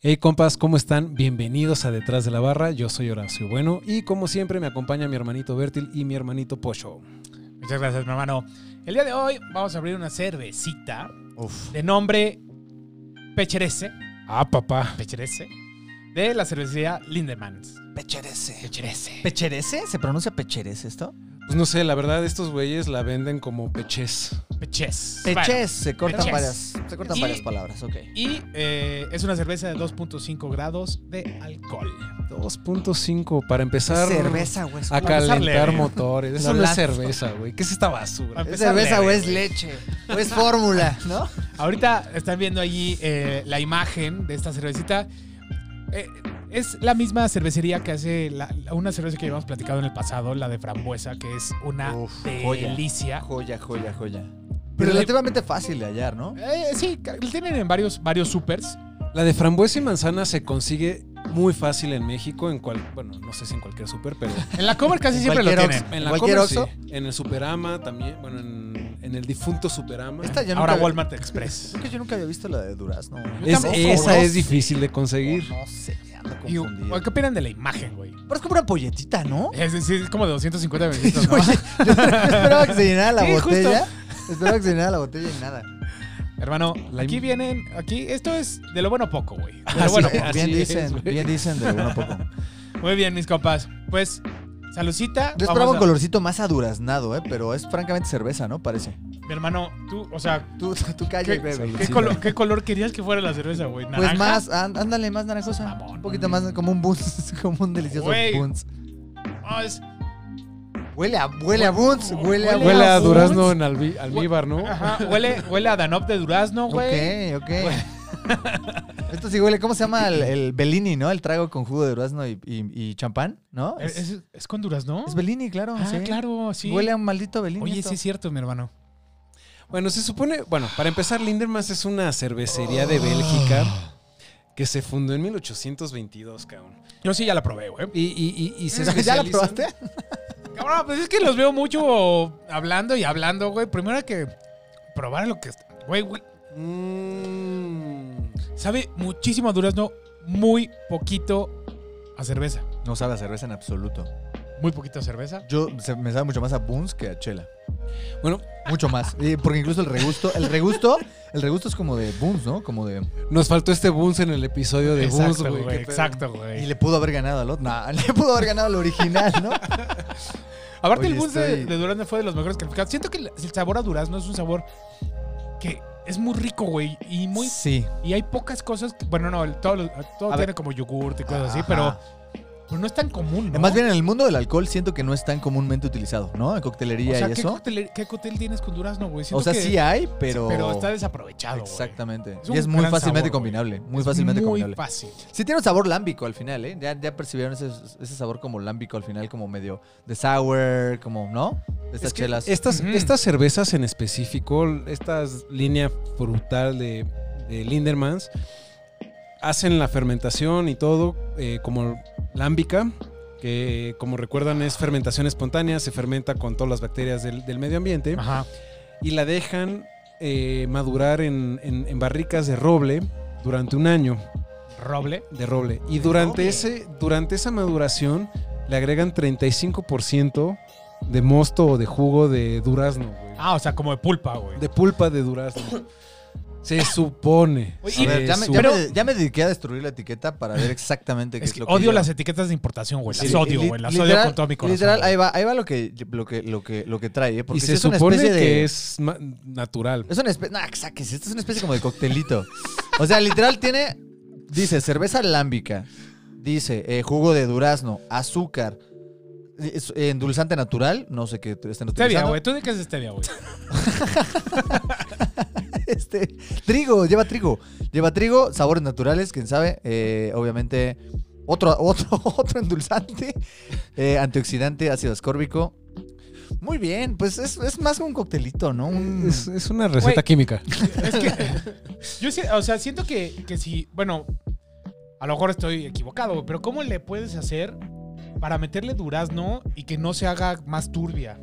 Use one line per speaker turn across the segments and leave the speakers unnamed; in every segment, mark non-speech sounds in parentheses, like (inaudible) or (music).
Hey compas, ¿cómo están? Bienvenidos a Detrás de la Barra. Yo soy Horacio Bueno y como siempre me acompaña mi hermanito Bertil y mi hermanito Pocho.
Muchas gracias, mi hermano. El día de hoy vamos a abrir una cervecita
Uf.
de nombre Pecherese,
Ah, papá.
Pecherese, de la cervecería Lindemans.
Pecherese.
Pecherese.
¿Pecherese? ¿Se pronuncia pecherese esto?
Pues no sé, la verdad estos güeyes la venden como peches.
Peches.
Peches.
Bueno,
se cortan
peches.
varias. Se cortan
Y-
varias palabras, ok.
y eh, es una cerveza de 2.5 grados de alcohol.
2.5 para empezar
cerveza, güey.
a
Para empezar
calentar
leve.
motores. Eso
Lo
no es
lazo.
cerveza, güey. ¿Qué es esta
Para
basura?
¿Es
empezar
cerveza
leve,
o es
güey.
leche? ¿O es fórmula? ¿No?
Ahorita están viendo allí eh, la imagen de esta cervecita. Eh, es la misma cervecería que hace la- la- una cerveza que habíamos platicado en el pasado, la de frambuesa, que es una
Uf, joya.
delicia.
Joya, joya, joya.
Pero
Pero relativamente fácil de hallar, ¿no?
Eh, sí, ca- tienen en varios, varios supers.
La de frambuesa y manzana se consigue muy fácil en México, en cual, bueno, no sé si en cualquier super, pero
En la cover casi
En
siempre lo
cualquier
tienen.
en la
¿Cualquier
Comer sí.
Oxxo?
en el Superama también, bueno, en, en el difunto Superama.
Esta yo
Ahora
nunca-
Walmart Express.
Creo que yo nunca había visto la de durazno.
Yo
Es-
tampoco,
esa
¿no?
es difícil de conseguir.
No sé, ando
(laughs) Y,
confundido.
¿Qué opinan de la imagen, güey?
Pero es como una polletita, (laughs) ¿no?
Es decir, es como de
(laughs)
250 mililitros, ¿no?
Oye, yo esperaba que se llenara la
Sí, justo.
botella. Esperaba que se llenara la botella y nada.
Hermano,
La
aquí
im-
vienen, aquí, esto es de lo bueno poco, güey. De lo
Así
bueno
es.
poco.
bien
es,
dicen,
güey.
bien dicen de uno poco.
Muy bien, mis compas. Pues, saludcita.
Yo esperaba
Vamos
un
a-
colorcito más aduraznado, ¿eh? Pero es francamente cerveza, ¿no? Parece.
Mi hermano, tú, o sea,
Tú, (laughs) tú calla
¿qué,
y bebe.
qué colo- qué color querías que fuera la cerveza, güey? ¿Naranja?
Pues más, án- ándale, más naranjosa.
Mamón.
Un poquito más, como un buns, (laughs) como un delicioso
Güey.
buns.
Ah, es-
Huele a, huele a buns, huele
Huele
a
a
Huele a
durazno en albi- almíbar, ¿no?
ajá, huele, huele a Danop de durazno, güey. (laughs)
Ok, ok. (laughs) Esto sí huele, ¿cómo se llama el, el Bellini, no? El trago con jugo de durazno y, y- y champán, ¿no?
¿Es,
Es,
es- es con durazno?
es Bellini, claro.
Ah,
sí.
claro, sí.
Huele a un maldito Bellini.
Oye,
esto.
sí es cierto, mi hermano.
Bueno, se supone, bueno, para empezar, Lindermans es una cervecería de Bélgica que se fundó en 1822, cabrón.
Yo sí ya la probé, güey.
Y, y-
(laughs)
y- y se
(laughs)
¿Ya la
especializan-
probaste?
Cabrón, pues es que los veo mucho hablando y hablando, güey. Primero hay que probar lo que... Güey, güey,
Mm.
sabe muchísimo a durazno, muy poquito a cerveza.
No sabe a cerveza en absoluto.
Muy poquito a cerveza.
Yo se- me sabe mucho más a Buns que a Chela.
Bueno,
Mucho más. Y porque incluso el regusto, el regusto, el regusto es como de Buns, ¿no? Como de.
nos faltó este Buns en el episodio de Buns,
exacto,
güey.
güey.
qué pedo.
Exacto,
Y
güey.
le pudo haber ganado al otro. No, (laughs) le pudo haber ganado al original, ¿no?
Aparte, el
Oye,
bus de,
estoy-
de durazno fue de los mejores calificados. Siento que el el sabor a durazno es un sabor que es muy rico, güey. Y muy
Sí.
y hay pocas cosas... que- bueno, no, el- todo, lo- todo
A
tiene
ver.
como yogurt y cosas así,
Ajá.
pero, pero no es tan común, ¿no?
Más bien en el mundo del alcohol siento que no es tan comúnmente utilizado, ¿no? En coctelería
O sea,
y
¿qué,
eso.
cóctel, ¿qué cóctel tienes con durazno, güey?
O
Siento
sea,
que-
sí hay, pero.
Pero está desaprovechado, güey.
Exactamente.
Es
y es
un
muy
gran
fácilmente
sabor,
combinable. Muy fácilmente
muy
combinable.
fácil.
Sí tiene un sabor lámbico al final, ¿eh? Ya, ya percibieron ese, ese sabor como lámbico al final, como medio de sour, como, ¿no? De estas
Es que
chelas.
Estas,
Ujú.
estas cervezas en específico, esta línea frutal de, de Lindermans, hacen la fermentación y todo eh, como lámbica, que como recuerdan es fermentación espontánea, se fermenta con todas las bacterias del, del medio ambiente
Ah.
Ajá.
y la dejan eh, madurar en, en- en barricas de roble durante un año
Roble.
de roble. Y durante,
roble.
Ese, durante esa maduración le agregan 35% de mosto o de jugo de durazno, güey.
Ah, o sea, como de pulpa, güey.
De pulpa de durazno. Se supone.
Oye,
A
se
y-
ver, ya, me, ya
supone.
pero-
me- ya me dediqué a destruir la etiqueta para ver exactamente qué es,
Es que
lo que.
odio
lleva.
las etiquetas de importación, güey. Las
Sí,
odio,
li-
güey. Las
literal-
odio con todo mi corazón.
Literal,
güey.
ahí va, ahí va lo que, lo que, lo que, lo que trae, ¿eh? Porque
y
sí
se
es una
supone
especie de.
que es ma- natural.
Es una especie. No, saques, esto es una especie como de coctelito. O sea, literal tiene. Dice cerveza lámbica. Dice eh, jugo de durazno, azúcar, es- eh, endulzante natural. No sé qué están
Stevia,
utilizando.
güey. ¿Tú de qué es stevia, güey?
(laughs) Este, trigo, lleva trigo. Lleva trigo, sabores naturales, quién sabe. eh, obviamente, otro, (laughs) otro, otro endulzante, eh, antioxidante, ácido ascórbico. Muy bien, pues es, es más un coctelito, ¿no? Un-
Es, es una receta
Güey.
química.
Es que. (laughs) Yo, sí- o sea, siento que, que si. Bueno, a lo mejor estoy equivocado, güey. Pero ¿cómo le puedes hacer para meterle durazno y que no se haga más turbia?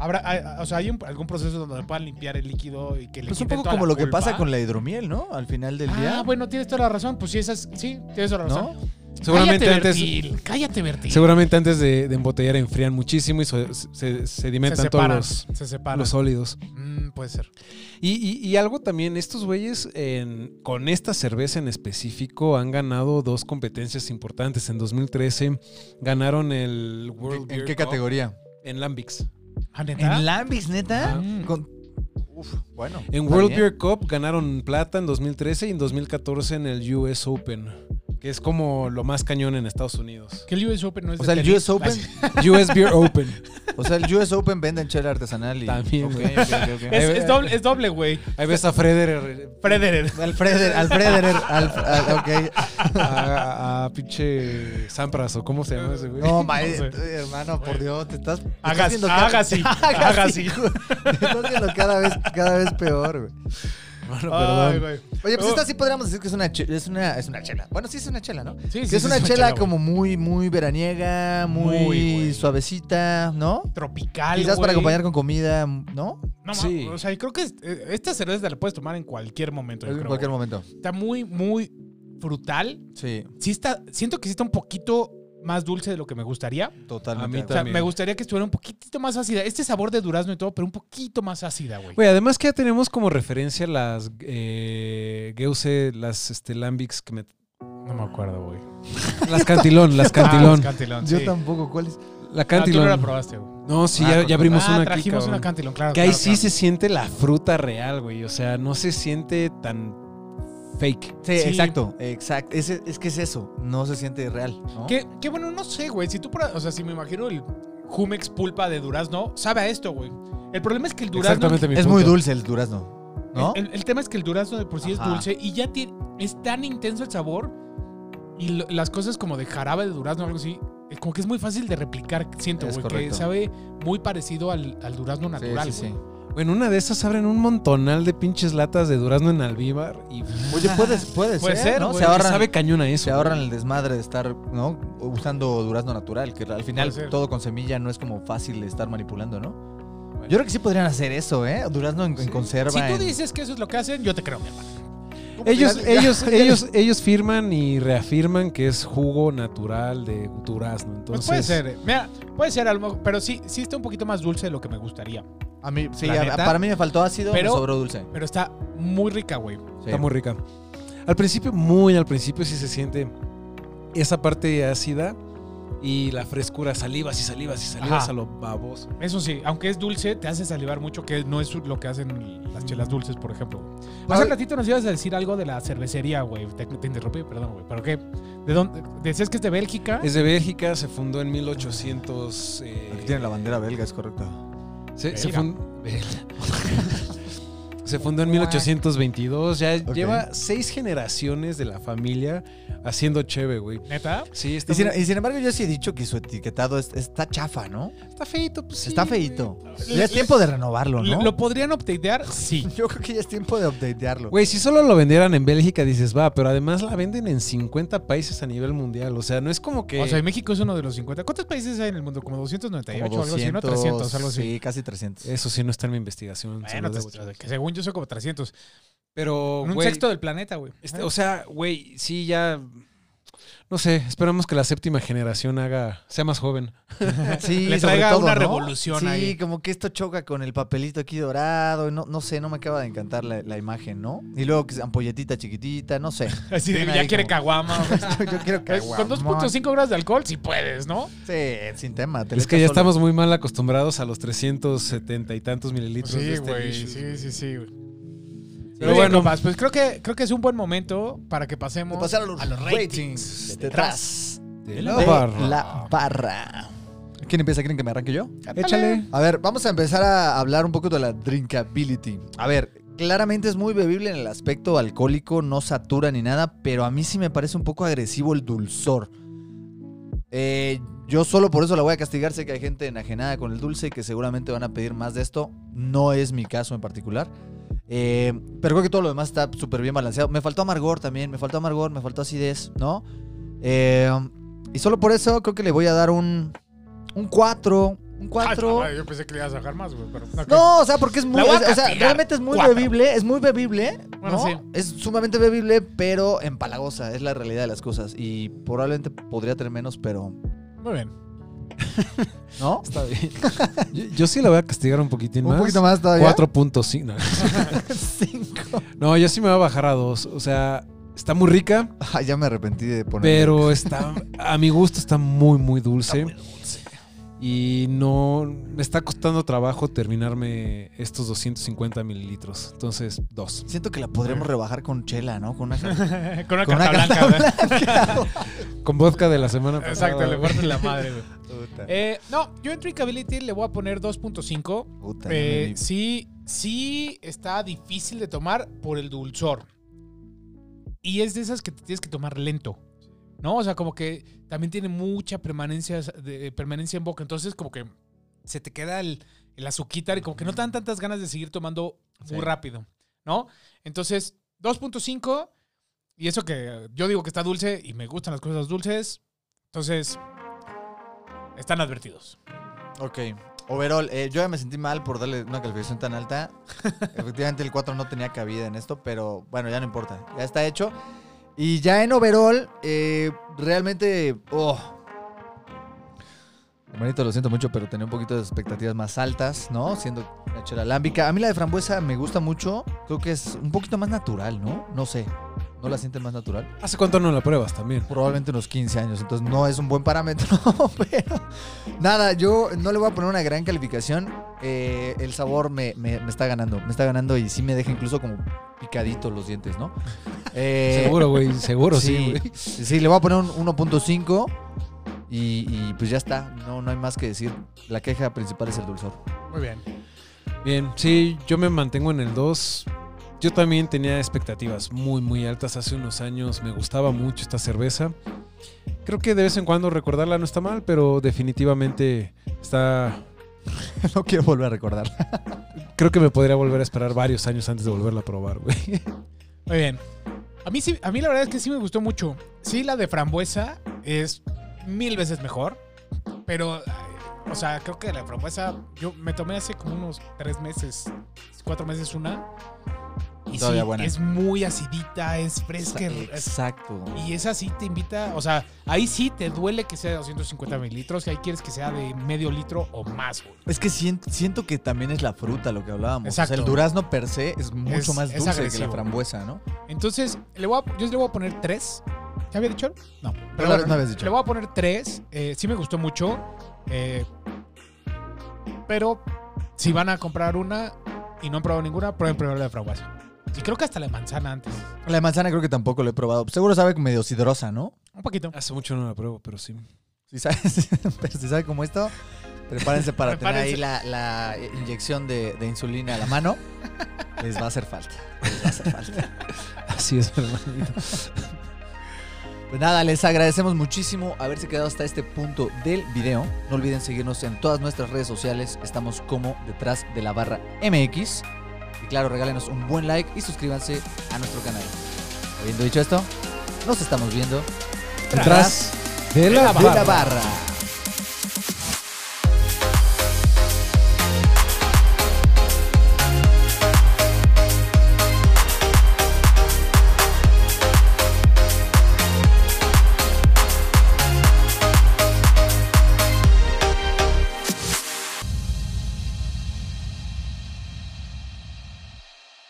Habrá, hay- o sea, hay un- algún proceso donde puedan limpiar el líquido y que le
Pues un
quiten
poco
toda
como
la
lo que pasa
pulpa?
con la hidromiel, ¿no? Al final del día.
Ah, bueno, tienes toda la razón. Pues sí, esas, sí, tienes toda la razón.
¿No?
Seguramente
cállate,
antes,
Bertil, cállate, Bertil.
seguramente antes de, de embotellar enfrían muchísimo y so- se, se
se
sedimentan todos
separan.
los,
se separan.
los sólidos.
Mm, puede ser.
Y, y- y algo también, estos güeyes en- con esta cerveza en específico han ganado dos competencias importantes. En 2013 ganaron el World
¿En
Beer
qué
Cup
categoría?
En Lambics.
¿Ah, neta?
¿En Lambis, neta?
Ajá.
Mm. Con- Uf, bueno.
En
está
World
bien.
Beer Cup ganaron plata en 2013 y en 2014 en el US Open, que es como lo más cañón en Estados Unidos. (laughs)
Que el US Open no es
O
de
sea, el
tenis.
US Open.
US Beer Open.
O sea, el US Open venden chela artesanal y.
También,
Ok,
güey.
ok, ok, ok.
Es, es doble, es doble, güey.
Ahí ves a Frederer,
(laughs)
Frederer.
Alfreder, Alfrederer, Alf- al- ok.
a, a pinche Sampras o cómo se llama ese güey.
No, ma-
sé.
eh, hermano, por Dios, te estás. te estás
Hagas-
haciendo cada- (laughs)
Agassi, Agassi.
güey. Te estás haciendo cada vez, cada vez peor, güey.
Hermano,
Ay,
perdón.
güey.
Oye, pues
Oh.
esta sí podríamos decir que es una, che- es una, es una chela. Bueno, sí es una chela, ¿no?
Sí,
Que
sí,
es
sí,
una chela
güey.
como muy, muy veraniega, muy,
Muy, güey.
suavecita, ¿no?
tropical.
Quizás para
güey.
acompañar con comida, ¿no?
No,
Sí.
sí. o sea, creo que es- eh, esta cerveza la puedes tomar en cualquier momento. yo
En
creo.
cualquier momento.
Está muy, muy frutal.
Sí,
Sí está, siento que sí está un poquito más dulce de lo que me gustaría.
totalmente.
A mí
O sea,
También.
me gustaría que estuviera un poquitito más ácida. Este sabor de durazno y todo, pero un poquito más ácida, güey.
Güey, además que ya tenemos como referencia las eh, Geuse, las este, Lambics, que me-
No me acuerdo, güey. Ah, pues,
las Cantilón,
(laughs)
las Cantilón.
cantilón.
Yo
sí.
tampoco, ¿cuál es?
La
Ah, tú no la
Cantilón.
probaste, güey.
No, sí,
Ah,
ya,
porque-
ya abrimos
ah,
una aquí,
trajimos
cabrón.
una cantilón, claro.
Que ahí
claro,
sí
claro.
se siente la fruta real, güey. O sea, no se siente tan fake.
Sí,
Sí.
exacto, exacto. Ese- es que es eso, no se siente real, ¿no?
Que, que bueno, no sé, güey. Si tú, por- o sea, si me imagino el Jumex pulpa de durazno, sabe a esto, güey. El problema es que el durazno.
Exactamente mi
Es muy
punto.
dulce el durazno, ¿no?
El, el tema es que el durazno de por sí es
Ajá.
dulce y ya tiene, es tan intenso el sabor y lo- las cosas como de jarabe de durazno o algo así, es como que es muy fácil de replicar, siento,
Es
güey, que
correcto.
sabe muy parecido al, al durazno natural, güey.
En una de esas abren un montonal de pinches latas de durazno en almíbar y
Oye, puedes, puedes,
Puede
¿eh?
ser,
¿no?
güey.
Se ahorran,
sabe cañón a eso.
se
güey.
ahorran el desmadre de estar, ¿no? Usando durazno natural, que al final
Puede ser.
todo con semilla no es como fácil de estar manipulando, ¿no? Yo creo que sí podrían hacer eso, ¿eh? Durazno en, en conserva.
Si
en-
tú dices que eso es lo que hacen, yo te creo, mi hermano.
Ellos,
Ya-
(laughs)
ellos, ellos, ellos firman y reafirman que es jugo natural de durazno. Entonces,
Pues puede ser, eh. mira, puede ser a lo mejor, pero sí, sí está un poquito más dulce de lo que me gustaría.
A mí, sí,
La
a-
neta.
para mí me faltó ácido, pero
Pero-
sobró dulce.
Pero está muy rica, güey.
Está muy rica. Al principio, muy al principio sí se siente esa parte ácida y la frescura, salivas y salivas y salivas
Ajá.
a los babos.
Eso sí, aunque es dulce, te hace salivar mucho, que no es lo que hacen las chelas dulces, por ejemplo. güey. Hace
Ahora-
ratito nos ibas a decir algo de la cervecería, güey. Te, te interrumpí, perdón, güey. ¿Pero qué? ¿De dónde? ¿Decías que es de Bélgica?
Es de Bélgica, se fundó en 1800. eh,
belga, es correcto.
Se, se
Belga.
fun- (laughs) Se fundó en 1822. Ya lleva seis generaciones de la familia haciendo cheve, güey.
¿Neta?
Sí, está,
Y sin,
muy-
y sin embargo, yo sí he dicho que su etiquetado es- está chafa, ¿no?
está feito, pues sí,
está
güey.
feito.
Le-
Ya es
le-
tiempo de renovarlo, ¿no?
¿Lo, lo podrían updatear? Sí.
Yo creo que ya es tiempo de updatearlo.
Güey, si solo lo vendieran en Bélgica, dices, va, pero además la venden en 50 países a nivel mundial. O sea, no es como que.
O sea, México es uno de los 50. ¿Cuántos países hay en el mundo? Como 298
Como
o algo así, ¿no?
200,
300, algo así.
Sí, casi 300.
eso sí no está en mi investigación. se
Bueno,
lo
te-
debo.
que según yo son como 300.
Oh,
pero,
Un
güey,
sexto del planeta, güey.
este, o sea, güey, sí ya. No sé, esperamos que la séptima generación haga. sea más joven.
Sí,
Le
sobre
traiga
todo,
una
¿no?
revolución
sí,
ahí.
como que esto choca con el papelito aquí dorado. y No, no sé, no me acaba de encantar la, la imagen, ¿no? Y luego que es ampolletita chiquitita, no sé. (laughs)
Así de,
Ven
ya
ahí
quiere
como-
caguama.
(laughs)
güey.
Yo, yo quiero que.
Con 2.5 grados de alcohol, si puedes, ¿no?
Sí, sin tema. te lo
Es que
echas
ya
solo.
estamos muy mal acostumbrados a los 370 y tantos mililitros de
Pues Sí,
este
güey.
Licious,
Sí,
güey.
sí, sí, güey.
Pero
Oye,
bueno.
compas, pues creo que, creo que es un buen momento para que pasemos
pasar a los, ratings
ratings
detrás
De
de
la barra.
la barra. ¿Quién empieza? ¿Quieren que me arranque yo?
Échale.
A ver, vamos a empezar a hablar un poco de la drinkability. A ver, claramente es muy bebible en el aspecto alcohólico, no satura ni nada, pero a mí sí me parece un poco agresivo el dulzor. Eh, yo solo por eso la voy a castigar. Sé que hay gente enajenada con el dulce y que seguramente van a pedir más de esto. No es mi caso en particular. Eh, pero creo que todo lo demás está súper bien balanceado. Me faltó amargor también, me faltó amargor, me faltó acidez, ¿no? Eh, y solo por eso creo que le voy a dar un, un 4, Un
Ay,
4.
no, yo pensé que le ibas a bajar más, güey, pero. ok.
No, o sea, porque es muy.
La voy a
es- o sea,
castigar.
realmente es muy
Cuatro.
bebible. Es muy bebible. ¿no?
Bueno, sí.
Es sumamente bebible, pero empalagosa. Es la realidad de las cosas. Y probablemente podría tener menos, pero.
Muy bien.
¿No?
Está bien. Yo, yo sí la voy a castigar un poquitín
Un
más.
poquito más todavía.
4.5. No.
(laughs) Cinco.
(laughs) No, yo sí me voy a bajar a 2. O sea, está muy rica,
Ay, ya me arrepentí de poner.
pero está, a mi gusto está muy, muy dulce. Y no, me está costando trabajo terminarme estos 250 mililitros. Entonces, 2.
Siento que la podríamos rebajar con chela, ¿no?
(laughs)
Con una jarra-
(laughs) Con una
Con una
carta
carta
blanca, güey.
Con vodka de la semana pasada.
Exacto, le guardo la madre, (laughs) güey.
Puta.
Eh, no, yo en Drinkability le voy a poner 2.5.
Puta, ya me
Eh,
di-
sí, sí está difícil de tomar por el dulzor. Y es de esas que te tienes que tomar lento. ¿No? O sea, como que también tiene mucha permanencia, de- eh, permanencia en boca. Entonces, como que se te queda el, el azuquitar y como que no te dan tantas ganas de seguir tomando muy
Sí.
rápido. ¿No? Entonces, 2.5. Y eso que yo digo que está dulce y me gustan las cosas dulces. Entonces, están advertidos.
Ok. Overall, eh, yo ya me sentí mal por darle una calificación tan alta. (laughs) Efectivamente, el 4 no tenía cabida en esto, pero bueno, ya no importa. Ya está hecho. Y ya en overall, eh, realmente. Oh. Hermanito, lo siento mucho, pero tenía un poquito de expectativas más altas, ¿no? Siendo una chela alámbica. A mí la de frambuesa me gusta mucho. Creo que es un poquito más natural, ¿no? No sé. ¿No la sientes más natural?
¿Hace cuánto no la pruebas también?
probablemente unos 15 años, entonces no es un buen parámetro, (laughs) pero nada, yo no le voy a poner una gran calificación. eh, el sabor me, me- me está ganando, me está ganando y sí me deja incluso como picadito los dientes, (laughs) ¿no? Eh,
Seguro, güey. Seguro, sí, güey.
sí, le voy a poner un 1.5 y, y pues ya está, no, no hay más que decir. La queja principal es el dulzor. (laughs)
Muy bien.
Bien, sí, yo me mantengo en el 2. Yo también tenía expectativas muy, muy altas hace unos años. Me gustaba mucho esta cerveza. Creo que de vez en cuando recordarla no está mal, pero definitivamente está...
no quiero volver a recordar.
Creo que me podría volver a esperar varios años antes de volverla a probar, güey.
Muy bien. A mí, sí, a mí la verdad es que sí me gustó mucho. Sí, la de frambuesa es mil veces mejor. Pero, ay, o sea, creo que la frambuesa yo me tomé hace como unos tres meses, cuatro meses una. Y
Todavía
sí,
buena.
es muy acidita, es fresca. es-
Exacto.
y esa sí te invita, o sea, ahí sí te duele que sea de 250 mililitros y ahí quieres que sea de medio litro o más, güey.
Es que siento, siento que también es la fruta lo que hablábamos. O sea,
Exacto.
el durazno per se es mucho
Es-
más
es
dulce que
agresivo.
la frambuesa, ¿no?
Entonces, le voy a- yo le voy a poner tres. ¿Ya había dicho? No. Pero
No,
bueno,
no habías dicho.
Le voy a poner tres. eh, sí me gustó mucho. eh, pero si van a comprar una y no han probado ninguna, prueben primero la de frambuesa. Y creo que hasta la de manzana antes.
La de manzana creo que tampoco lo he probado. Seguro sabe medio sidrosa, ¿no?
Un poquito.
Hace mucho no la pruebo, pero sí.
Si sabe, (laughs) pero si sabe como esto, prepárense para tener ahí
Prepárense.
la, la inyección de, de insulina a la mano. Les va a hacer falta. Les va a hacer falta.
Así es, hermanito.
Pues nada, les agradecemos muchísimo haberse quedado hasta este punto del video. No olviden seguirnos en todas nuestras redes sociales. Estamos como detrás de la barra MX. Y claro, regálenos un buen like y suscríbanse a nuestro canal. Habiendo dicho esto, nos estamos viendo
Detrás de
de
la
la
barra.
barra.